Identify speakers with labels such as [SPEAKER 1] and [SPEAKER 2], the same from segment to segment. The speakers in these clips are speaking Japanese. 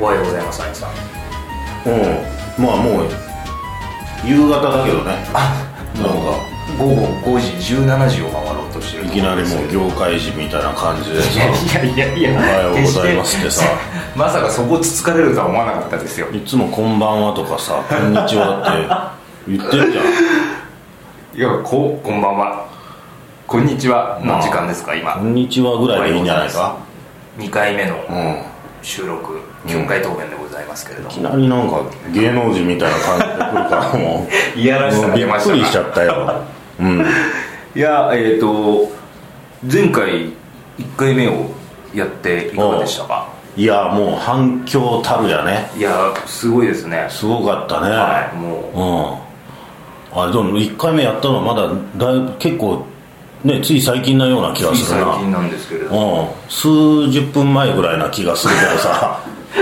[SPEAKER 1] おはようございますあいさん
[SPEAKER 2] うんまあもう夕方だけどねなんか
[SPEAKER 1] 午後5時17時を回ろうとしてる
[SPEAKER 2] いきなりもう
[SPEAKER 1] う
[SPEAKER 2] 業界人みたいな感じで
[SPEAKER 1] い
[SPEAKER 2] さ
[SPEAKER 1] やいやいやいや
[SPEAKER 2] おはようございます
[SPEAKER 1] 決し
[SPEAKER 2] ってさ
[SPEAKER 1] まさかそこつつかれるとは思わなかったですよ
[SPEAKER 2] いつも「こんばんは」とかさ「こんにちは」って言ってるじゃん
[SPEAKER 1] いやここんばんはこんにちはの時間ですか
[SPEAKER 2] 「こ
[SPEAKER 1] 今
[SPEAKER 2] んにちは」ぐらいでいいんじゃないか
[SPEAKER 1] 2回目の
[SPEAKER 2] うん
[SPEAKER 1] 収録4回答弁でございますけれど
[SPEAKER 2] い
[SPEAKER 1] も
[SPEAKER 2] きなりなんか芸能人みたいな感じで来るからもう
[SPEAKER 1] いやらしさ
[SPEAKER 2] も
[SPEAKER 1] が
[SPEAKER 2] う び
[SPEAKER 1] 出
[SPEAKER 2] っ
[SPEAKER 1] ましたな
[SPEAKER 2] くりしちゃったようん
[SPEAKER 1] いやえっ、と前回1回目をやっていかがでしたか
[SPEAKER 2] いやもう反響たるやね
[SPEAKER 1] いやすごいですね
[SPEAKER 2] すごかったね、
[SPEAKER 1] はいも
[SPEAKER 2] うんあれでも1回目やったのはまだだいぶ結構ねつい最近なような気
[SPEAKER 1] う
[SPEAKER 2] が
[SPEAKER 1] つい
[SPEAKER 2] する
[SPEAKER 1] 最
[SPEAKER 2] な
[SPEAKER 1] 近なんですけれども
[SPEAKER 2] うん数十分前ぐらいな気がするけどさ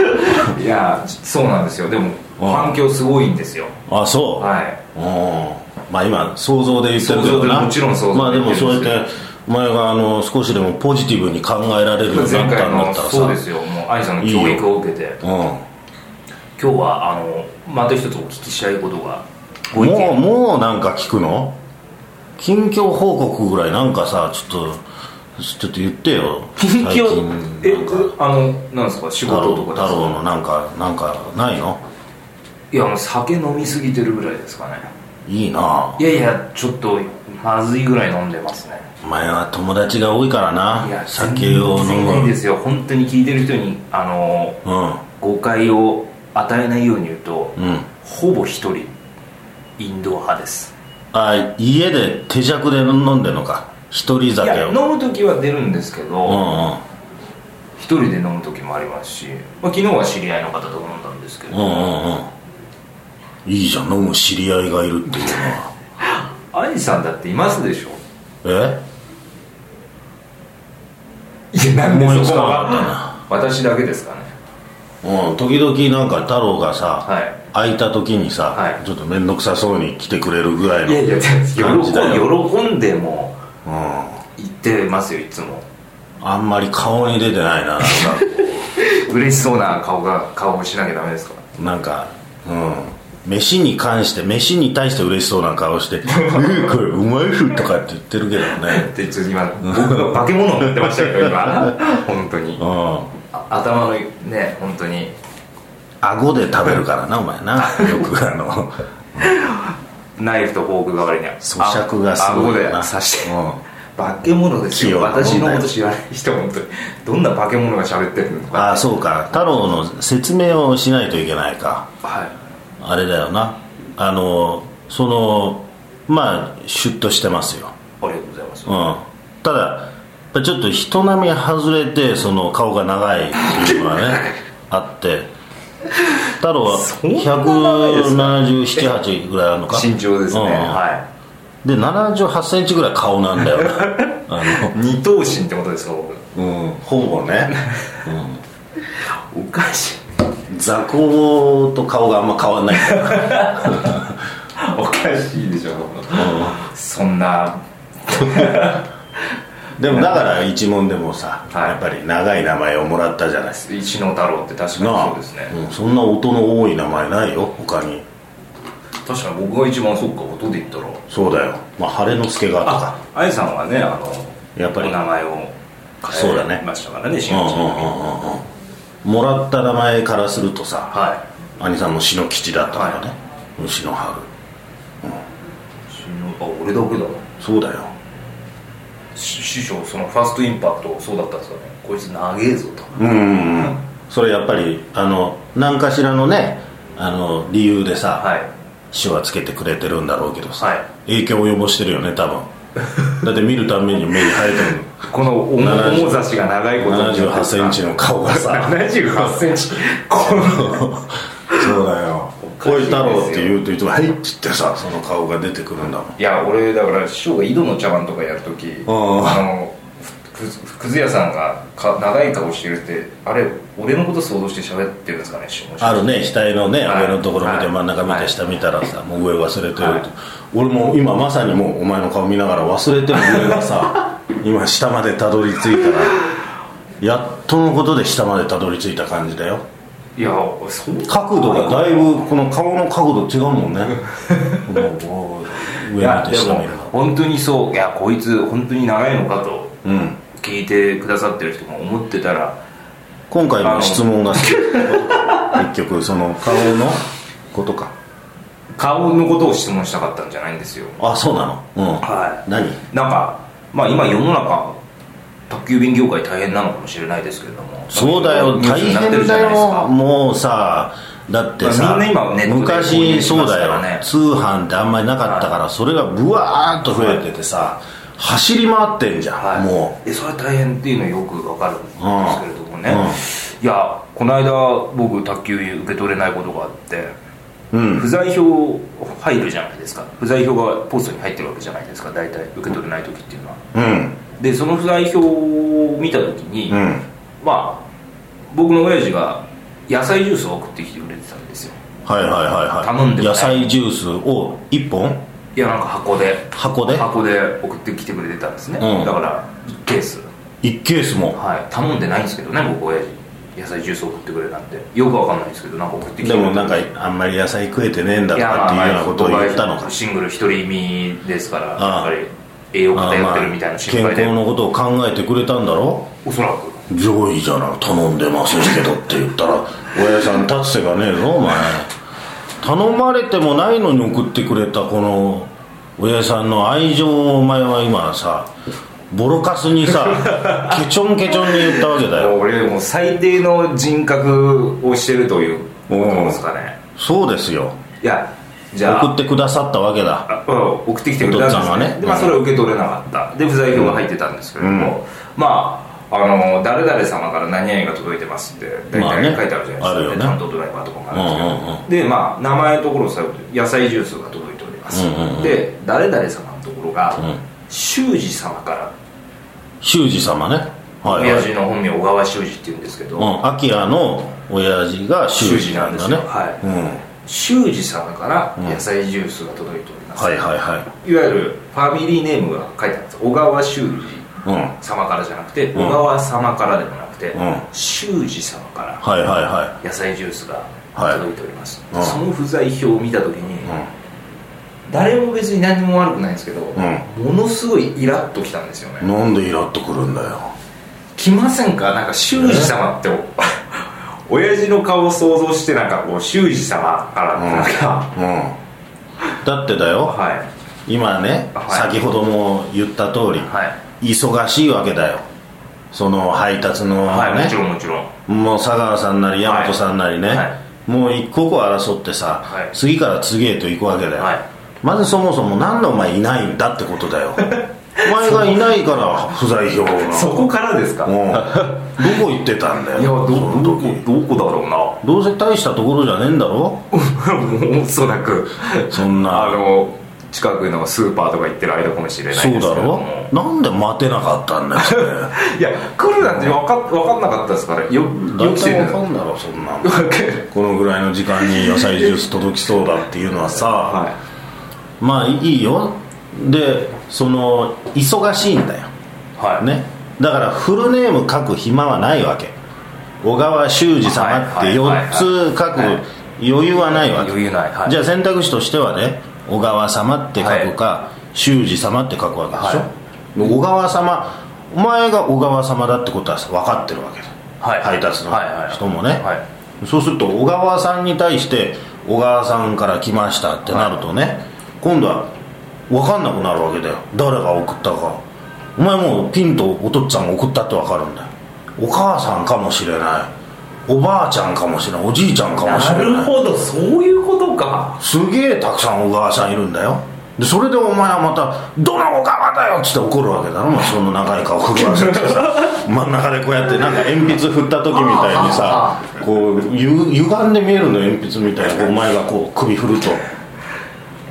[SPEAKER 1] いやそうなんですよでも
[SPEAKER 2] うん
[SPEAKER 1] 反響すごいんですよ
[SPEAKER 2] あそう、
[SPEAKER 1] はい
[SPEAKER 2] うんまあ今想像で言ってるけど
[SPEAKER 1] 想像で
[SPEAKER 2] な
[SPEAKER 1] もちろん想像で
[SPEAKER 2] まあでもそうやっ
[SPEAKER 1] 言ってるん
[SPEAKER 2] てお前があの少しでもポジティブに考えられるようにな
[SPEAKER 1] 前
[SPEAKER 2] った
[SPEAKER 1] 回
[SPEAKER 2] んだ
[SPEAKER 1] の
[SPEAKER 2] ったらさ
[SPEAKER 1] そうですよもう愛さんの教育を受けて
[SPEAKER 2] うん、
[SPEAKER 1] 今日はあのまた一つお聞きしたいことがご意
[SPEAKER 2] もう
[SPEAKER 1] 見
[SPEAKER 2] もうなんか聞くの近況報告ぐらいなんかさちょっとちょっと言ってよ
[SPEAKER 1] 近況
[SPEAKER 2] 最
[SPEAKER 1] え
[SPEAKER 2] 近なんか
[SPEAKER 1] あのなんですか仕
[SPEAKER 2] 太
[SPEAKER 1] 事
[SPEAKER 2] 郎
[SPEAKER 1] とかで
[SPEAKER 2] 太
[SPEAKER 1] す
[SPEAKER 2] 郎の
[SPEAKER 1] か
[SPEAKER 2] なんかなんかないの
[SPEAKER 1] いやもう酒飲みすぎてるぐらいですかね
[SPEAKER 2] いいない
[SPEAKER 1] やいやちょっとまずいぐらい飲んでますね
[SPEAKER 2] お前は友達が多いから
[SPEAKER 1] い
[SPEAKER 2] な
[SPEAKER 1] や
[SPEAKER 2] 酒を飲
[SPEAKER 1] 全然ない
[SPEAKER 2] む
[SPEAKER 1] ですよ本当に聞いてる人にあの
[SPEAKER 2] うん
[SPEAKER 1] 誤解を与えないように言うと、
[SPEAKER 2] うん
[SPEAKER 1] ほぼ一人インド派です
[SPEAKER 2] あ家で手酌で飲んでんのか一人
[SPEAKER 1] い
[SPEAKER 2] 酒
[SPEAKER 1] や
[SPEAKER 2] を
[SPEAKER 1] 飲む時は出るんですけ
[SPEAKER 2] うんう
[SPEAKER 1] ど
[SPEAKER 2] ん
[SPEAKER 1] 一、人で飲む時もありますし、まあ、昨日は知り合いの方と飲んだんですけど、
[SPEAKER 2] うんうんうんいいじゃん飲む知り合いがいるっていうのは
[SPEAKER 1] アイさんだっていますでしょ
[SPEAKER 2] え
[SPEAKER 1] いやなんで
[SPEAKER 2] 思いつ
[SPEAKER 1] そ
[SPEAKER 2] か
[SPEAKER 1] こ
[SPEAKER 2] な
[SPEAKER 1] は
[SPEAKER 2] かったな
[SPEAKER 1] 私だけですかね
[SPEAKER 2] うん時々なんか太郎がさ、
[SPEAKER 1] はい
[SPEAKER 2] 空いた時にさ、
[SPEAKER 1] はい
[SPEAKER 2] ちょっと面倒くさそうに来てくれるぐらいの
[SPEAKER 1] いやいや
[SPEAKER 2] 感じだよ
[SPEAKER 1] 喜ん喜んでも
[SPEAKER 2] う
[SPEAKER 1] 言ってますよいつも
[SPEAKER 2] ん、あんまり顔に出てないななんか
[SPEAKER 1] 嬉しそうな顔が顔をしなきゃダメですか
[SPEAKER 2] なんかうん飯に関して飯に対して嬉しそうな顔して「え ー、これうまいふ」とかって言ってるけどね
[SPEAKER 1] でちょっと今僕が化け物をやってましたけど今 本当に
[SPEAKER 2] うん
[SPEAKER 1] あ頭のね本当に
[SPEAKER 2] 顎で食べるからなお前なよく あの
[SPEAKER 1] ナイフとフォーク代わりに
[SPEAKER 2] 咀嚼がすごいよ
[SPEAKER 1] あ
[SPEAKER 2] な
[SPEAKER 1] 顎で刺して、
[SPEAKER 2] うん
[SPEAKER 1] 化け物ですよ
[SPEAKER 2] 器用なもんだ
[SPEAKER 1] 私
[SPEAKER 2] よ
[SPEAKER 1] のこと知らない人本当にどんな化け物が喋ってるのか
[SPEAKER 2] ああそうか太郎の説明をしないといけないか
[SPEAKER 1] はい
[SPEAKER 2] あれだよなあのそのまあシュッとしてますよ
[SPEAKER 1] ありがとうございます、
[SPEAKER 2] うんただやっぱちょっと人並み外れてその顔が長いっていうの はねあって太郎は
[SPEAKER 1] そんな長いです
[SPEAKER 2] 1778ぐらいあるのか
[SPEAKER 1] 身長ですね、
[SPEAKER 2] うん
[SPEAKER 1] は
[SPEAKER 2] で7 8センチぐらい顔なんだよな あ
[SPEAKER 1] い二頭身ってことですか僕
[SPEAKER 2] の、うん、ほぼね、
[SPEAKER 1] おかしい
[SPEAKER 2] うん、座高と顔があんま変わ んないから
[SPEAKER 1] おかしいでしょそんな
[SPEAKER 2] でもだから一問でもさ、
[SPEAKER 1] はい
[SPEAKER 2] やっぱり長い名前をもらったじゃない
[SPEAKER 1] 石野太郎って確かに
[SPEAKER 2] なあ
[SPEAKER 1] そうですね、
[SPEAKER 2] うんそんな音の多い名前ないよ他に
[SPEAKER 1] 確かに僕が一番そっか音で言ったら
[SPEAKER 2] そうだよまあ晴れの助がとか
[SPEAKER 1] あ愛さんはねあの
[SPEAKER 2] やっぱり
[SPEAKER 1] お名前を
[SPEAKER 2] そうだね
[SPEAKER 1] 変えましたからね
[SPEAKER 2] う
[SPEAKER 1] 新
[SPEAKER 2] んうんう
[SPEAKER 1] 内
[SPEAKER 2] んうんうんもらった名前からするとさ
[SPEAKER 1] は
[SPEAKER 2] 兄さんも篠吉だったからね、篠春
[SPEAKER 1] い新のあ俺だけだな
[SPEAKER 2] そうだよ
[SPEAKER 1] し師匠そのファーストインパクトそうだったんですよねこいつ長えぞと
[SPEAKER 2] うんうんうんそれやっぱりあの何かしらのねあの理由でさ、
[SPEAKER 1] はい
[SPEAKER 2] 師匠はつけてくれてるんだろうけどさ、
[SPEAKER 1] はい
[SPEAKER 2] 影響を及ぼしてるよね 多分だって見るために目に生えてる
[SPEAKER 1] この
[SPEAKER 2] 70
[SPEAKER 1] 重ざしが長いことによ
[SPEAKER 2] 7
[SPEAKER 1] ってさ
[SPEAKER 2] 8ンチの顔がさ
[SPEAKER 1] 78センチこの
[SPEAKER 2] そうだよ「
[SPEAKER 1] かしい
[SPEAKER 2] お
[SPEAKER 1] で
[SPEAKER 2] い
[SPEAKER 1] すよ
[SPEAKER 2] 太郎」って言うといつも「はい」って言ってさその顔が出てくるんだもん
[SPEAKER 1] いや俺だから師匠が井戸の茶碗とかやるときあのふくずくず屋さんがか長い顔してるってあれ俺のこと想像して喋ってるんですかね師匠も
[SPEAKER 2] あるね額のね
[SPEAKER 1] はい
[SPEAKER 2] 上のところ見て
[SPEAKER 1] はい
[SPEAKER 2] 真ん中見
[SPEAKER 1] は
[SPEAKER 2] て
[SPEAKER 1] い
[SPEAKER 2] 下見たらさもう上忘れて
[SPEAKER 1] は
[SPEAKER 2] る
[SPEAKER 1] い
[SPEAKER 2] と俺も今まさにもうお前の顔見ながら忘れてる上 がさ今下までたどり着いたらやっとのことで下までたどり着いた感じだよ
[SPEAKER 1] いやそんな
[SPEAKER 2] 角度がだいぶこの顔の角度違うも んねもう
[SPEAKER 1] い
[SPEAKER 2] 上
[SPEAKER 1] や
[SPEAKER 2] 見て
[SPEAKER 1] で
[SPEAKER 2] 下
[SPEAKER 1] も
[SPEAKER 2] 見るの
[SPEAKER 1] 本当にそういやこいつ本当に長いのかと
[SPEAKER 2] うん
[SPEAKER 1] 聞いてくださってる人も思ってたら
[SPEAKER 2] 今回の質問が結局その顔のことか
[SPEAKER 1] 顔のことを質問したかったんじゃないんですよ
[SPEAKER 2] あそうなのうん
[SPEAKER 1] は
[SPEAKER 2] 何
[SPEAKER 1] いなんかまあ今世の中宅急便業界大変なのかもしれないですけれども
[SPEAKER 2] そうだよ
[SPEAKER 1] ニュー
[SPEAKER 2] 大
[SPEAKER 1] スになってる
[SPEAKER 2] 変
[SPEAKER 1] じゃ
[SPEAKER 2] だ
[SPEAKER 1] ないですか
[SPEAKER 2] よもうさだって
[SPEAKER 1] ま
[SPEAKER 2] さ
[SPEAKER 1] あみんな今ネットで購入
[SPEAKER 2] 昔
[SPEAKER 1] できま
[SPEAKER 2] そう
[SPEAKER 1] す
[SPEAKER 2] だ
[SPEAKER 1] か
[SPEAKER 2] よ
[SPEAKER 1] らね
[SPEAKER 2] 通販ってあんまりなかったからそれがブワーッと増えててさ走り回ってんじゃ
[SPEAKER 1] は
[SPEAKER 2] ん
[SPEAKER 1] い、
[SPEAKER 2] も
[SPEAKER 1] えそれは大変っていうのよくわかるんですけれどもね、
[SPEAKER 2] うんうん
[SPEAKER 1] いやこの間僕卓球受け取れないことがあって
[SPEAKER 2] ううん
[SPEAKER 1] 不在票入るじゃないですか不在票がポストに入ってるわけじゃないですか大体受け取れない時っていうのは
[SPEAKER 2] うん
[SPEAKER 1] でその不在票を見た時に、
[SPEAKER 2] うん
[SPEAKER 1] まあ僕の親父が野菜ジュースを送ってきてくれてたんですよ
[SPEAKER 2] はいはいはいはい
[SPEAKER 1] 頼んでも
[SPEAKER 2] 野
[SPEAKER 1] ない
[SPEAKER 2] 菜ジュースを1本
[SPEAKER 1] いやなんか箱で
[SPEAKER 2] 箱で
[SPEAKER 1] 箱で送ってきてくれてたんですね、
[SPEAKER 2] うん
[SPEAKER 1] だから1ケース
[SPEAKER 2] 1ケースも
[SPEAKER 1] はい、頼んでないんですけどね僕親父野菜ジュース送ってくれなんてよくわかんないですけどなんか送ってき
[SPEAKER 2] で
[SPEAKER 1] て
[SPEAKER 2] もなんかあんまり野菜食えてねえんだとかっていうようなことを言ったの
[SPEAKER 1] まあ
[SPEAKER 2] か
[SPEAKER 1] シングル一人身ですから
[SPEAKER 2] ああ
[SPEAKER 1] やっぱり栄養
[SPEAKER 2] ああ
[SPEAKER 1] 偏
[SPEAKER 2] ま
[SPEAKER 1] っ
[SPEAKER 2] あ
[SPEAKER 1] てるみたいな心
[SPEAKER 2] 健
[SPEAKER 1] 配
[SPEAKER 2] 康
[SPEAKER 1] で、
[SPEAKER 2] のことを考えてくれたんだろ
[SPEAKER 1] おそらく
[SPEAKER 2] 上位じゃない頼んでますけどって言ったら親父さん立つ瀬がねえぞお前頼まれてもないのに送ってくれたこの親父さんの愛情をお前は今さボロカスにさケチョンケチョンに言ったわけだよ
[SPEAKER 1] 俺もう最低の人格をしてるという
[SPEAKER 2] うん
[SPEAKER 1] ことですかね
[SPEAKER 2] そうですよ
[SPEAKER 1] いやじゃあ
[SPEAKER 2] 送ってくださったわけだ
[SPEAKER 1] あうん送ってきてくれたんです
[SPEAKER 2] お父さんはね
[SPEAKER 1] で、まあ、それを受け取れなかったで不在票が入ってたんですけれども、まああの誰々様から何々が届いてますって大
[SPEAKER 2] まあね
[SPEAKER 1] 体書いてあるじゃないですか、
[SPEAKER 2] あるよね
[SPEAKER 1] 担当ドライバーとかもあるんですけど、
[SPEAKER 2] うんうん
[SPEAKER 1] でまあ名前のところをさ野菜ジュースが届いております、
[SPEAKER 2] うんうんうん
[SPEAKER 1] で誰々様のところが、
[SPEAKER 2] ん
[SPEAKER 1] 修二様から
[SPEAKER 2] 修二様ねはいは
[SPEAKER 1] 親
[SPEAKER 2] い
[SPEAKER 1] 父の本名小川修二っていうんですけど、
[SPEAKER 2] うんアキラの親父が修二なんだね
[SPEAKER 1] 修二なんですよはい
[SPEAKER 2] うん、
[SPEAKER 1] 修二様から野菜ジュースが届いております、
[SPEAKER 2] はいはいはい
[SPEAKER 1] いわゆるファミリーネームが書いてあるんです小川修二
[SPEAKER 2] うんは
[SPEAKER 1] 様からじゃなくて
[SPEAKER 2] ん
[SPEAKER 1] 小川様からでもなくて、
[SPEAKER 2] うん
[SPEAKER 1] 修二様から
[SPEAKER 2] いはいは
[SPEAKER 1] 野菜ジュースが
[SPEAKER 2] はい
[SPEAKER 1] 届いております、
[SPEAKER 2] うん
[SPEAKER 1] その不在表を見た時に、
[SPEAKER 2] い、うん
[SPEAKER 1] 誰も別に何も悪くないんですけど、
[SPEAKER 2] う
[SPEAKER 1] ものすごいイラッときたんですよね
[SPEAKER 2] なんでイラっとくるんだよ
[SPEAKER 1] 来ませんかなんか修二様って、お 親父の顔を想像してなんかこう修二様からってなんか、
[SPEAKER 2] うんだってだよ
[SPEAKER 1] はい
[SPEAKER 2] 今ね、
[SPEAKER 1] はい
[SPEAKER 2] 先ほども言った通り、
[SPEAKER 1] はい
[SPEAKER 2] 忙しいわけだよその配達のね、
[SPEAKER 1] はい、もちろんもちろん
[SPEAKER 2] もう佐川さんなり大和さんなりね、
[SPEAKER 1] はいはい
[SPEAKER 2] もう一刻を争ってさ、
[SPEAKER 1] はい
[SPEAKER 2] 次から次へと行くわけだよ、
[SPEAKER 1] はい
[SPEAKER 2] まずそもそもなんでお前いないんだってこ とだよお前がいないから不在票が
[SPEAKER 1] そこからですか、
[SPEAKER 2] うん
[SPEAKER 1] い
[SPEAKER 2] どこ行ってたんだよ
[SPEAKER 1] やど
[SPEAKER 2] そ
[SPEAKER 1] ど
[SPEAKER 2] の
[SPEAKER 1] こ
[SPEAKER 2] 時
[SPEAKER 1] どこだろうな
[SPEAKER 2] どうせ大したところじゃねえんだろ
[SPEAKER 1] もうおそらく
[SPEAKER 2] そんな
[SPEAKER 1] あの近くのスーパーとか行ってる間かもしれないです
[SPEAKER 2] そ
[SPEAKER 1] けれ
[SPEAKER 2] う
[SPEAKER 1] ど
[SPEAKER 2] だろ
[SPEAKER 1] も
[SPEAKER 2] なんで待てなかったんだよそれ
[SPEAKER 1] いや来るなんて分か分かんなかったですからよよ
[SPEAKER 2] 大
[SPEAKER 1] く来て
[SPEAKER 2] 体
[SPEAKER 1] る
[SPEAKER 2] わかんだろそんなのこのぐらいの時間に野菜ジュース届きそうだっていうのはさ、
[SPEAKER 1] は
[SPEAKER 2] まあいいよでその忙しいんだよ
[SPEAKER 1] いはい
[SPEAKER 2] ねだからフルネーム書く暇はないわけ小川修二様って4つ書く余裕はないわけ
[SPEAKER 1] 余裕ない、はい、
[SPEAKER 2] じ
[SPEAKER 1] ゃ
[SPEAKER 2] ゃあ選択肢としてはね小川様って書くか、修二様って書くわけでしょ、
[SPEAKER 1] は
[SPEAKER 2] 小川様お前が小川様だってことはさ分かってるわけだ、
[SPEAKER 1] はい
[SPEAKER 2] 配達の
[SPEAKER 1] はいはい
[SPEAKER 2] 人もね、
[SPEAKER 1] はい
[SPEAKER 2] そうすると小川さんに対して小川さんから来ましたってなるとね、今度は分かんなくなるわけだよ誰が送ったかお前もうピンとお父っつぁんが送ったって分かるんだよお母さんかもしれないおばあちゃんかもしれないおじいちゃんかもしれ
[SPEAKER 1] な
[SPEAKER 2] な
[SPEAKER 1] る
[SPEAKER 2] い
[SPEAKER 1] ほどそういうことか
[SPEAKER 2] すげえたくさん小川さんいるんだよでそれでお前はまた「どの小川だよ!」っつって怒るわけだろもうその長い顔くぐらせてさ真ん中でこうやってなんか鉛筆振った時みたいにさこうゆ歪んで見えるの鉛筆みたいにお前がこう首振ると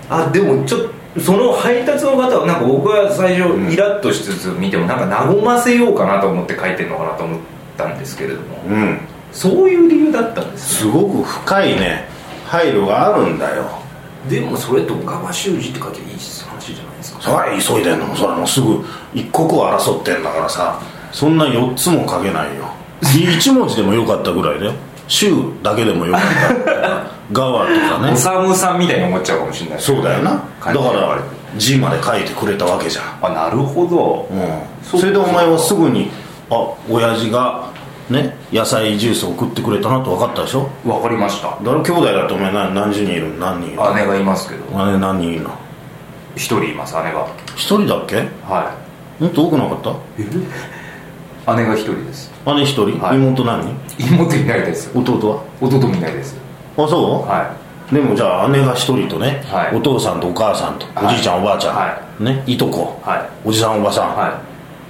[SPEAKER 1] あでもちょっとその配達の方はなんか僕は最初イラッとしつつ見てもなんか和ませようかなと思って書いてるのかなと思ったんですけれども
[SPEAKER 2] うん
[SPEAKER 1] そういう理由だったんですね
[SPEAKER 2] すごく深いね配慮があるんだよ
[SPEAKER 1] でもそれと小川修二って書きゃいい話じゃないですか
[SPEAKER 2] そりゃ急いでんのもそれもすぐ一刻を争ってんだからさそんな4つも書けないよ1文字でもよかったぐらいだよシュウだけでもよかったとかガワとか
[SPEAKER 1] お
[SPEAKER 2] ね
[SPEAKER 1] さむさんみたいに思っちゃうかもしれない
[SPEAKER 2] そうだよなだか
[SPEAKER 1] 感じが悪
[SPEAKER 2] ら
[SPEAKER 1] い
[SPEAKER 2] 字まで書いてくれたわけじゃん
[SPEAKER 1] あなるほど、
[SPEAKER 2] うん
[SPEAKER 1] そ
[SPEAKER 2] そうれでお前はすぐにあ親父がね野菜ジュース送ってくれたなと分かったでしょ
[SPEAKER 1] わかりました
[SPEAKER 2] だろ兄弟だってお前何何十人いるの何人いるの
[SPEAKER 1] 姉がいますけど
[SPEAKER 2] 姉何人いるの
[SPEAKER 1] 一人います姉が
[SPEAKER 2] 一人だっけ
[SPEAKER 1] は
[SPEAKER 2] もっと多くなかっ
[SPEAKER 1] い姉が一人です
[SPEAKER 2] た姉一人、
[SPEAKER 1] はい
[SPEAKER 2] 妹何
[SPEAKER 1] 妹いないです
[SPEAKER 2] 弟は
[SPEAKER 1] 弟もいないです
[SPEAKER 2] あそう、
[SPEAKER 1] は
[SPEAKER 2] でもじゃあ姉が一人とね、
[SPEAKER 1] はい
[SPEAKER 2] お父さんとお母さんと、
[SPEAKER 1] はい
[SPEAKER 2] おじいちゃんおばあちゃん、、
[SPEAKER 1] はい
[SPEAKER 2] ねいとこ、
[SPEAKER 1] いは
[SPEAKER 2] おじさんおばさ
[SPEAKER 1] い
[SPEAKER 2] ん、
[SPEAKER 1] は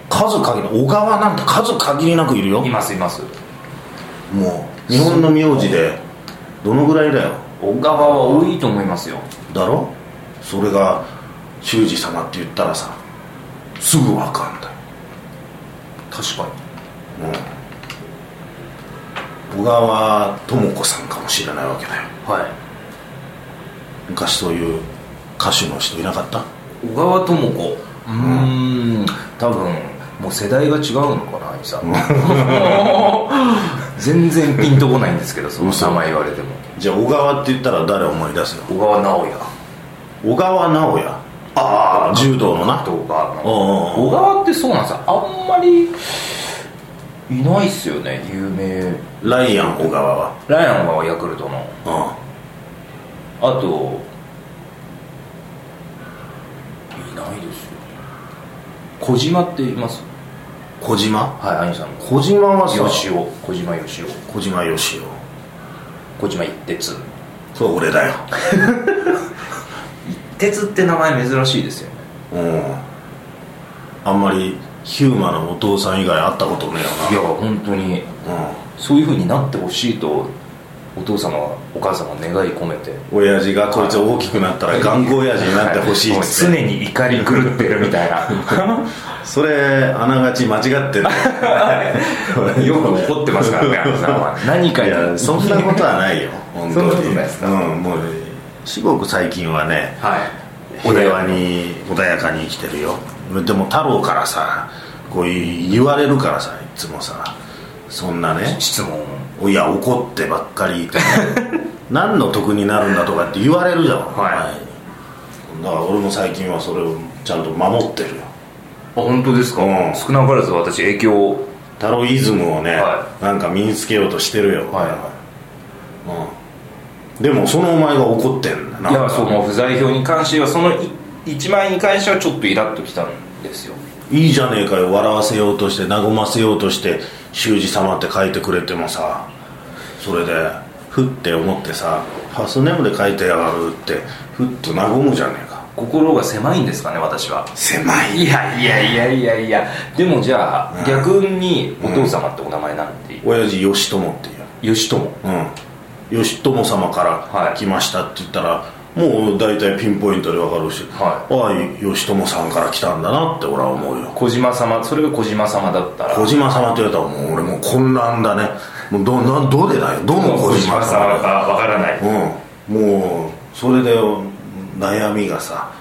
[SPEAKER 2] 数限り小川なんて数限りなくいるよ
[SPEAKER 1] いいますいます
[SPEAKER 2] もう日本の名字でどのぐらいだよ
[SPEAKER 1] 小川は多いと思いますよ
[SPEAKER 2] だろそれが修二様って言ったらさすぐわかんだよ
[SPEAKER 1] 確か
[SPEAKER 2] 小川智子さんかもしれないわけだよ
[SPEAKER 1] にはい
[SPEAKER 2] 昔そういう歌手の人いなかった
[SPEAKER 1] 小川智子うーん多分もう世代が違うのかなあいつさ ん全然ピンとこないんですけどその名前言われても
[SPEAKER 2] じゃあ小川って言ったら誰思い出すよ
[SPEAKER 1] 小川直也
[SPEAKER 2] 小川直也ああ柔道のな
[SPEAKER 1] とかの
[SPEAKER 2] うんうんう
[SPEAKER 1] 小
[SPEAKER 2] ん
[SPEAKER 1] 川ってそうなんですよあんまりいないっすよね有名
[SPEAKER 2] ライアン小川は
[SPEAKER 1] ライアンはヤクルトの
[SPEAKER 2] う
[SPEAKER 1] あといないですよ小島っています
[SPEAKER 2] ん小島
[SPEAKER 1] はい兄さんの
[SPEAKER 2] 小島はさ
[SPEAKER 1] よしお小島よしお
[SPEAKER 2] 小島よし
[SPEAKER 1] 小島一徹
[SPEAKER 2] おそう俺だよ
[SPEAKER 1] 鉄って名前珍しいですよね
[SPEAKER 2] うんあんまりヒューマのお父さん以外会ったことね
[SPEAKER 1] いや本当に
[SPEAKER 2] えよなうん
[SPEAKER 1] そういうふうになってほしいとお父様お母様願い込めて
[SPEAKER 2] 親父がこいつ大きくなったら頑固親父になってほしいっ
[SPEAKER 1] は
[SPEAKER 2] つって
[SPEAKER 1] 常に怒り狂ってるみたい な
[SPEAKER 2] それあながち間違ってる
[SPEAKER 1] よく怒ってますからねあのさんは何か
[SPEAKER 2] いや
[SPEAKER 1] に
[SPEAKER 2] そんなことはないよ本当
[SPEAKER 1] そん
[SPEAKER 2] に
[SPEAKER 1] なことないですか
[SPEAKER 2] うんもう至極最近はね
[SPEAKER 1] はい
[SPEAKER 2] 平和に穏やかに生きてるよでも太郎からさこういう言われるからさいつもさそんなね
[SPEAKER 1] 質問
[SPEAKER 2] いや怒ってばっかり いて何の得になるんだとかって言われるじゃん、
[SPEAKER 1] は
[SPEAKER 2] お前だから俺も最近はそれをちゃんと守ってるよ
[SPEAKER 1] あ本当ですか、
[SPEAKER 2] うん
[SPEAKER 1] 少なからず私影響を
[SPEAKER 2] 太郎イズムをね、
[SPEAKER 1] は
[SPEAKER 2] なんか身につけようとしてるよ、
[SPEAKER 1] はい
[SPEAKER 2] うん、でもそのお前が怒ってんだない
[SPEAKER 1] やその不在票に関してはその1万円に関してはちょっとイラッときたんですよ
[SPEAKER 2] いいじゃねえかよ笑わせようとして和ませようとして修二様って書いてくれてもさそれでふって思ってさファスネームで書いてやがるってふっと和むじゃねえか
[SPEAKER 1] 心が狭いんですかね私は
[SPEAKER 2] 狭い
[SPEAKER 1] いやいやいやいやいやでもじゃあ、逆にお父様ってお名前なんて、
[SPEAKER 2] 親父義朝っていう
[SPEAKER 1] 義朝
[SPEAKER 2] うん義朝様か
[SPEAKER 1] は
[SPEAKER 2] ら
[SPEAKER 1] い
[SPEAKER 2] 来ましたって言ったら、もう大体ピンポイントで分かるし、
[SPEAKER 1] は
[SPEAKER 2] ああ義朝さんから来たんだなって俺は思うよ
[SPEAKER 1] 小島様それが小島様だったら
[SPEAKER 2] 小島様って言われたらもう俺もう混乱だねもうどなどうでないどの小島様だ
[SPEAKER 1] かわからない
[SPEAKER 2] うんもうそれで悩みがさ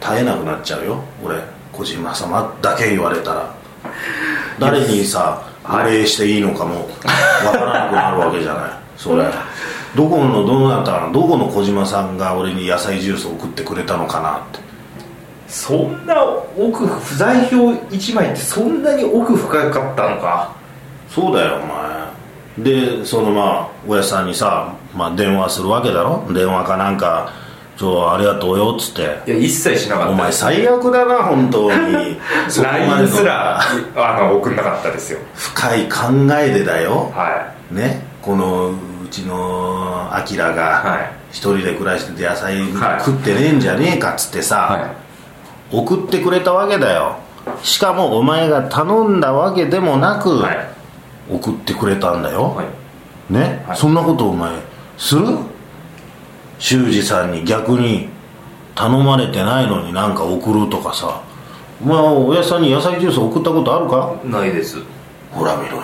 [SPEAKER 2] 絶えなくなっちゃうよ俺小島様だけ言われたら誰にさお礼していいのかもわからなくなるわけじゃないそれどこのどなたどこの小島さんが俺に野菜ジュースを送ってくれたのかなって
[SPEAKER 1] そんな奥不在票1枚ってそんなに奥深かったのか
[SPEAKER 2] そうだよお前でそのまあ親父さんにさ、まあ、電話するわけだろ電話かなんか「ちょありがとうよ」っつって
[SPEAKER 1] いや一切しなかった
[SPEAKER 2] お前最悪だな本当 にそこまでの
[SPEAKER 1] LINE すらあの送んなかったですよ
[SPEAKER 2] 深い考えでだよ
[SPEAKER 1] は
[SPEAKER 2] ねこのうちのアキラ
[SPEAKER 1] は
[SPEAKER 2] が
[SPEAKER 1] い
[SPEAKER 2] 一人で暮らしてて野菜
[SPEAKER 1] はい
[SPEAKER 2] 食ってねえんじゃねえかっつって
[SPEAKER 1] い
[SPEAKER 2] さ、
[SPEAKER 1] は
[SPEAKER 2] 送ってくれたわけだよしかもお前が頼んだわけでもなく、
[SPEAKER 1] いはい
[SPEAKER 2] 送ってくれたんだよ、
[SPEAKER 1] はい
[SPEAKER 2] ね、
[SPEAKER 1] はい
[SPEAKER 2] そんなことお前する修二さんに逆に頼まれてないのになんか送るとかさお前は親父さんに野菜ジュース送ったことあるか
[SPEAKER 1] ないです
[SPEAKER 2] ほら見ろよ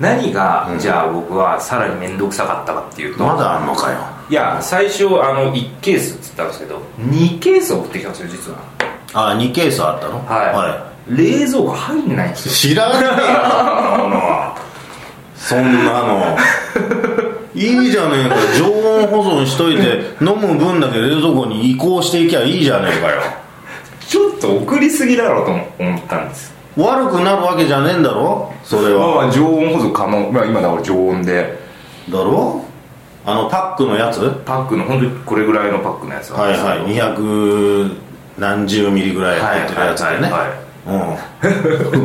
[SPEAKER 1] 何が、じゃあ僕はさらに面倒くさかったかっていうと
[SPEAKER 2] まだあんのかよ
[SPEAKER 1] いや最初あの1ケースっつったんですけど2ケース送ってきたんですよ実は
[SPEAKER 2] あ二2ケースあったの
[SPEAKER 1] はい、冷蔵庫入んないんですよ
[SPEAKER 2] 知らねえよそんなものはそんなのいいじゃねえか常温保存しといて飲む分だけ冷蔵庫に移行していきゃいいじゃねえかよ
[SPEAKER 1] ちょっと送りすぎだろうとも思ったんです
[SPEAKER 2] 悪くなるわけじゃねえんだろそれ
[SPEAKER 1] まあ
[SPEAKER 2] は
[SPEAKER 1] まあ常温保存可能、まあ、今だから常温で
[SPEAKER 2] だろあのパックのやつは
[SPEAKER 1] パックの本当にこれぐらいのパックのやつなん
[SPEAKER 2] い
[SPEAKER 1] ですけど
[SPEAKER 2] はい200何十ミリぐらい入ってるやつだよね
[SPEAKER 1] はいはいはい
[SPEAKER 2] う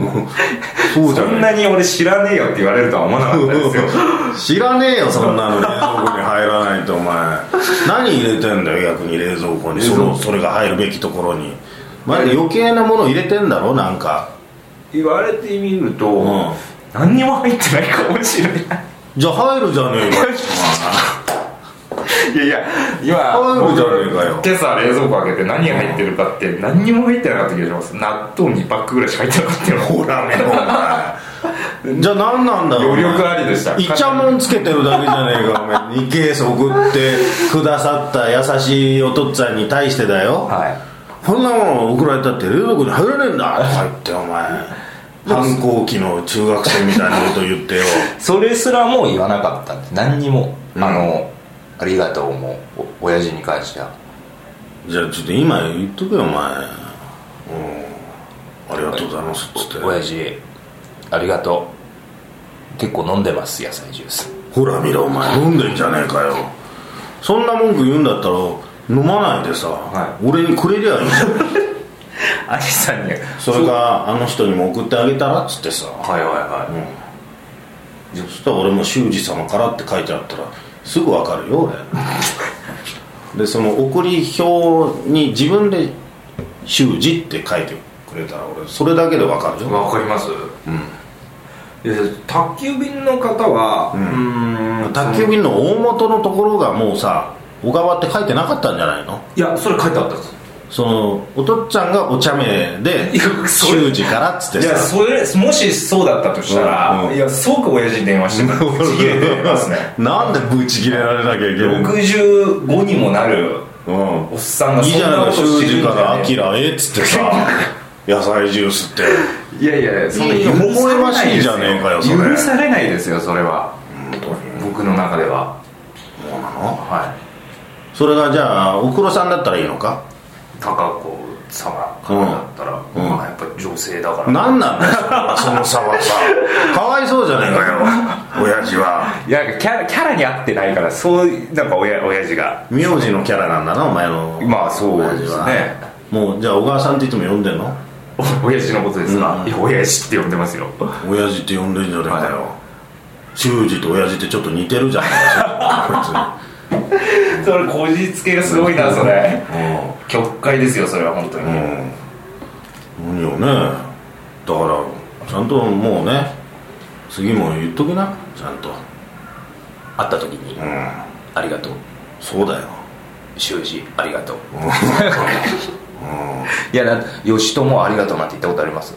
[SPEAKER 2] んそうじ ゃ
[SPEAKER 1] そん
[SPEAKER 2] ね
[SPEAKER 1] なに俺知らねえよって言われるとは思わなかったですよ
[SPEAKER 2] 知らねえよそんなの冷蔵庫に入らないとお前何入れてんだよ逆に冷蔵庫に
[SPEAKER 1] 冷
[SPEAKER 2] そ
[SPEAKER 1] 蔵庫
[SPEAKER 2] のそれが入るべきところに前で余計なもの入れてんだろなんか
[SPEAKER 1] 言われてみると、
[SPEAKER 2] ん
[SPEAKER 1] 何にも入ってないかもしれない
[SPEAKER 2] じゃあ入るじゃねえか
[SPEAKER 1] いやいや今
[SPEAKER 2] 入る
[SPEAKER 1] 僕
[SPEAKER 2] じゃねえかよ
[SPEAKER 1] 今朝冷蔵庫開けて何が入ってるかって何にも入ってなかった気がします納豆2パックぐらいしか入ってなかったよ
[SPEAKER 2] ほらね お前じゃあ何なんだろう
[SPEAKER 1] 余力ありでした
[SPEAKER 2] いちゃもんつけてるだけじゃねえかお前2ケース送ってくださった優しいお父っつぁんに対してだよ、
[SPEAKER 1] はい
[SPEAKER 2] こんなもの送られたって冷蔵庫に入らねえんだとか言ってお前反抗期の中学生みたいなこと言ってよ
[SPEAKER 1] それすらも言わなかったんです何にも、
[SPEAKER 2] うん
[SPEAKER 1] あのありがとうもお親父に関しては
[SPEAKER 2] じゃあちょっと今言っとけよお前うんありがとうございますっつって
[SPEAKER 1] 親父ありがとう結構飲んでます野菜ジュース
[SPEAKER 2] ほら見ろお前飲んでんじゃねえかよそんな文句言うんだったら飲まないでさ、
[SPEAKER 1] は
[SPEAKER 2] 俺にくれりゃいいじゃん
[SPEAKER 1] アニさんに
[SPEAKER 2] それからあの人にも送ってあげたらっつってさ
[SPEAKER 1] はいはいはい、
[SPEAKER 2] そしたら俺も修二様からって書いてあったらすぐわかるよ俺 でその送り表に自分で修二って書いてくれたら俺それだけでわかるよ
[SPEAKER 1] わかりますうん宅急便の方はうんん
[SPEAKER 2] 宅急便の大元のところがもうさ小川って書いてなかったんじゃないの
[SPEAKER 1] いやそれ書いてあったんです
[SPEAKER 2] そのおとっちゃんがお茶目で
[SPEAKER 1] いやそれ
[SPEAKER 2] 修二からっつって
[SPEAKER 1] いや
[SPEAKER 2] さ
[SPEAKER 1] それもしそうだったとしたら、
[SPEAKER 2] うんうん
[SPEAKER 1] いや即親父に電話 してもらち切れてますね
[SPEAKER 2] なんでブチ切れられなきゃいけないの
[SPEAKER 1] 65にもなる
[SPEAKER 2] うん
[SPEAKER 1] おっさんが
[SPEAKER 2] いい
[SPEAKER 1] そん
[SPEAKER 2] じゃ
[SPEAKER 1] な
[SPEAKER 2] な
[SPEAKER 1] こ
[SPEAKER 2] いか
[SPEAKER 1] としてるん
[SPEAKER 2] 修二
[SPEAKER 1] じゃ
[SPEAKER 2] から
[SPEAKER 1] ね
[SPEAKER 2] アキラへっつってさ野菜ジュースって
[SPEAKER 1] えいやいやそんな
[SPEAKER 2] 微笑ましいじゃねえかよそれ
[SPEAKER 1] 許されないですよそれは僕の中では
[SPEAKER 2] そうなの
[SPEAKER 1] はい
[SPEAKER 2] それがじゃあお黒さんだったらいいのか
[SPEAKER 1] 高子様からだったら、
[SPEAKER 2] ん
[SPEAKER 1] まあやっぱ女性だから
[SPEAKER 2] 何なんだよその差はさかわいそうじゃねえかよ親父はい
[SPEAKER 1] やなんかキャラキャラに合ってないからそうなんか親親父が
[SPEAKER 2] 名字のキャラなんだなお前の
[SPEAKER 1] まあそう
[SPEAKER 2] 親父
[SPEAKER 1] です
[SPEAKER 2] は
[SPEAKER 1] ね
[SPEAKER 2] もうじゃあ小川さんっていつも呼んでんの
[SPEAKER 1] お親父のことですが、
[SPEAKER 2] うん
[SPEAKER 1] いや親父って呼んでますよ
[SPEAKER 2] 親父って呼んでんじゃねえかよ修二と親父ってちょっと似て るじゃんこ
[SPEAKER 1] それこじつけがすごいなそれ
[SPEAKER 2] いつうん
[SPEAKER 1] 曲解ですよそれは本当に、
[SPEAKER 2] うん、何よねだからちゃんともうね次も言っときなちゃんと
[SPEAKER 1] 会った時に、ありがとう
[SPEAKER 2] そうだよ
[SPEAKER 1] 修二ありがとう、いやな義朝ありがとうなんて言ったことあります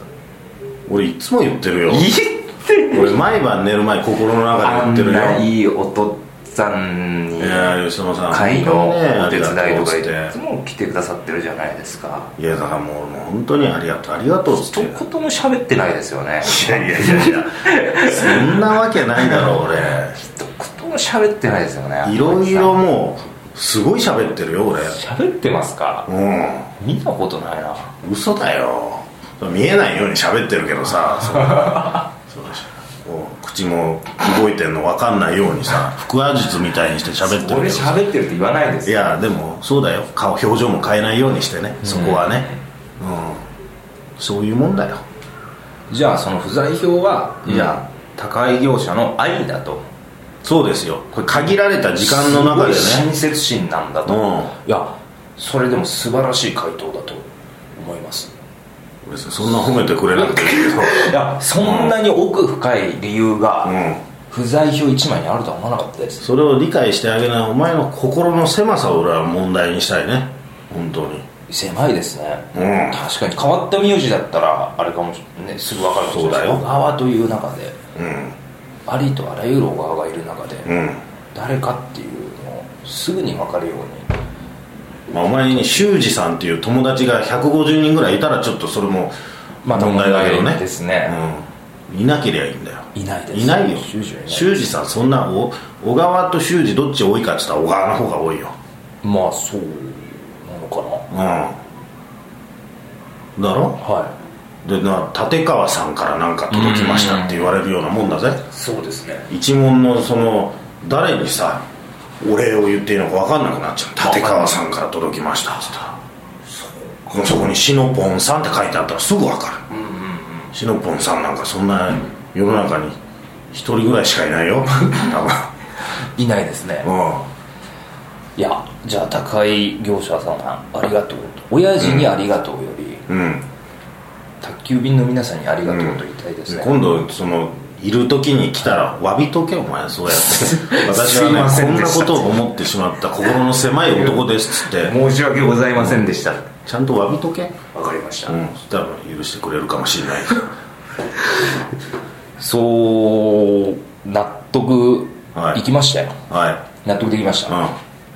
[SPEAKER 2] 俺いつも言ってるよ
[SPEAKER 1] 言って
[SPEAKER 2] 俺毎晩寝る前心の中で言ってるよ
[SPEAKER 1] あんないいお父さんに
[SPEAKER 2] いやー吉野さん
[SPEAKER 1] 会のお手伝
[SPEAKER 2] あり
[SPEAKER 1] い
[SPEAKER 2] が
[SPEAKER 1] と
[SPEAKER 2] と
[SPEAKER 1] か
[SPEAKER 2] うっつ
[SPEAKER 1] いつ
[SPEAKER 2] っ
[SPEAKER 1] も来てくださってるじゃないですか
[SPEAKER 2] ていやだからもうもう本当にありがとうありがとうっつっ
[SPEAKER 1] 一
[SPEAKER 2] て
[SPEAKER 1] 言も喋ってないですよね
[SPEAKER 2] いやいやいやいやそんなわけないだろ
[SPEAKER 1] 一言も喋ってないですよね
[SPEAKER 2] 俺いろいろもうすごい喋ってるよ俺
[SPEAKER 1] 喋ってますか
[SPEAKER 2] うん
[SPEAKER 1] 見たことないな
[SPEAKER 2] 嘘だよ見えないように喋ってるけどさそうそうでしょこう口も動いてんの分かんないようにさ腹話術みたいにして喋ってるけ
[SPEAKER 1] 俺
[SPEAKER 2] どさ
[SPEAKER 1] 喋ってるって言わないで
[SPEAKER 2] い
[SPEAKER 1] すよ
[SPEAKER 2] やでもそうだよ顔表情も変えないようにしてねそこはねうんそういうもんだよ
[SPEAKER 1] じゃあその不在表は、じゃあ宅配業者の愛だと
[SPEAKER 2] そうですよこれ限られた時間の中でね
[SPEAKER 1] すごい親切心なんだと、
[SPEAKER 2] うん
[SPEAKER 1] いやそれでも素晴らしい回答だと思います
[SPEAKER 2] 俺そんな褒めてくれなくていい
[SPEAKER 1] いやそんなに奥深い理由が、
[SPEAKER 2] けどうん
[SPEAKER 1] 不在表1枚にあるとは思わなかったです
[SPEAKER 2] それを理解してあげないお前の心の狭さを俺は問題にしたいね本当に
[SPEAKER 1] 狭いですね、
[SPEAKER 2] うん
[SPEAKER 1] 確かに変わった名字だったらあれかもしれない、ね、すぐ分かるかもしれない
[SPEAKER 2] そうだよ
[SPEAKER 1] 小川という中で
[SPEAKER 2] うん
[SPEAKER 1] ありとあらゆる小川がいる中で、
[SPEAKER 2] うん
[SPEAKER 1] 誰かっていうのをすぐに分かるように
[SPEAKER 2] まあ、お前に修二さんっていう友達が150人ぐらいいたらちょっとそれも
[SPEAKER 1] ま
[SPEAKER 2] 問
[SPEAKER 1] た問
[SPEAKER 2] 題
[SPEAKER 1] 題
[SPEAKER 2] だけどね、
[SPEAKER 1] ですね、
[SPEAKER 2] いなけりゃいいんだよ
[SPEAKER 1] いないです
[SPEAKER 2] いないよ
[SPEAKER 1] 修士はいない
[SPEAKER 2] 修士さんそんなお小川と修士どっち多いかって言ったら小川の方が多いよ
[SPEAKER 1] まあそうなのかな
[SPEAKER 2] うんだろ
[SPEAKER 1] は
[SPEAKER 2] でな立川さんからなんか届きましたって言われるようなもんだぜ
[SPEAKER 1] いそうですね
[SPEAKER 2] 一門のその誰にさお礼を言っていいのか分かんなくなっちゃう立川さんから届きましたっつったらもうそこに「しのぽんさん」って書いてあったらすぐ分かるしのぽんさんなんかそんな世の中に一人ぐらいしかいな いよ多
[SPEAKER 1] いないですね
[SPEAKER 2] 分
[SPEAKER 1] いやじゃあ宅配業者さんありがとうと親父にありがとうより、
[SPEAKER 2] うんうん
[SPEAKER 1] 宅急便の皆さんにありがとうと言いたいですね、
[SPEAKER 2] 今度そのいる時に来たら詫びとけお前そうやって 私は
[SPEAKER 3] すいませ
[SPEAKER 2] ねこ
[SPEAKER 3] ん
[SPEAKER 2] ん
[SPEAKER 3] で
[SPEAKER 2] な
[SPEAKER 3] した
[SPEAKER 2] ことを思ってしまった心の狭い男ですっつって
[SPEAKER 3] 申し訳ございませんでした
[SPEAKER 2] ちゃんと詫びとけ
[SPEAKER 3] わかりました、
[SPEAKER 2] うんそしたら許してくれるかもしれ ない
[SPEAKER 1] そう納得
[SPEAKER 2] はい
[SPEAKER 1] いきましたよ、
[SPEAKER 2] は
[SPEAKER 1] 納得できまし
[SPEAKER 2] い
[SPEAKER 1] た、
[SPEAKER 2] う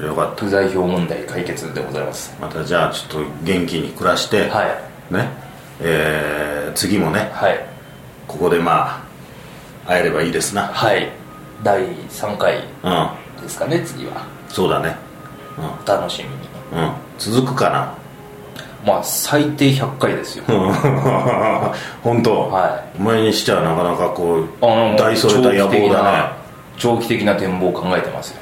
[SPEAKER 2] んよかった
[SPEAKER 1] 不在票問題解決でございます
[SPEAKER 2] またじゃあちょっと元気に暮らして、
[SPEAKER 1] はい
[SPEAKER 2] ねえー次もね
[SPEAKER 1] はい
[SPEAKER 2] ここでまあ会えればいいですな
[SPEAKER 1] はい第3回
[SPEAKER 2] うん
[SPEAKER 1] ですかね次は
[SPEAKER 2] そうだね
[SPEAKER 1] お楽しみに
[SPEAKER 2] うん、うん、続くかな
[SPEAKER 1] まあ最低100回ですよ
[SPEAKER 2] うん本当、
[SPEAKER 1] は
[SPEAKER 2] お前にしてはなかなかこう
[SPEAKER 1] あの
[SPEAKER 2] 大それた野望だね
[SPEAKER 1] 長期的な長期的な展望を考えてますよ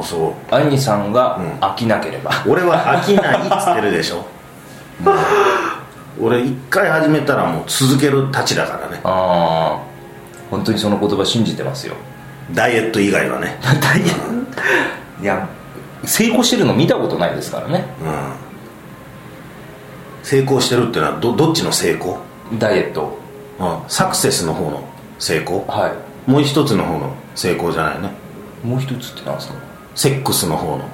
[SPEAKER 2] おそう
[SPEAKER 1] 兄さんが
[SPEAKER 2] うん
[SPEAKER 1] 飽きなければ、
[SPEAKER 2] 俺は飽きないっつってるで しょもう俺一回始めたらもう続けるたちだからね
[SPEAKER 1] ああ本当にその言葉信じてますよ
[SPEAKER 2] ダイエット以外はね
[SPEAKER 1] 大変いや成功してるの見たことないですからね
[SPEAKER 2] うん成功してるってのはどどっちの成功、
[SPEAKER 1] ダイエット
[SPEAKER 2] うん、サクセスの方の成功
[SPEAKER 1] は
[SPEAKER 2] もう一つの方の成功じゃないね
[SPEAKER 1] いもう一つってなんですか
[SPEAKER 2] セックスの方の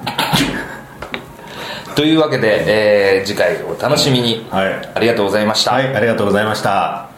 [SPEAKER 1] というわけで、えー次回をお楽しみに、
[SPEAKER 2] はい
[SPEAKER 1] ありがとうございました、
[SPEAKER 2] はいありがとうございました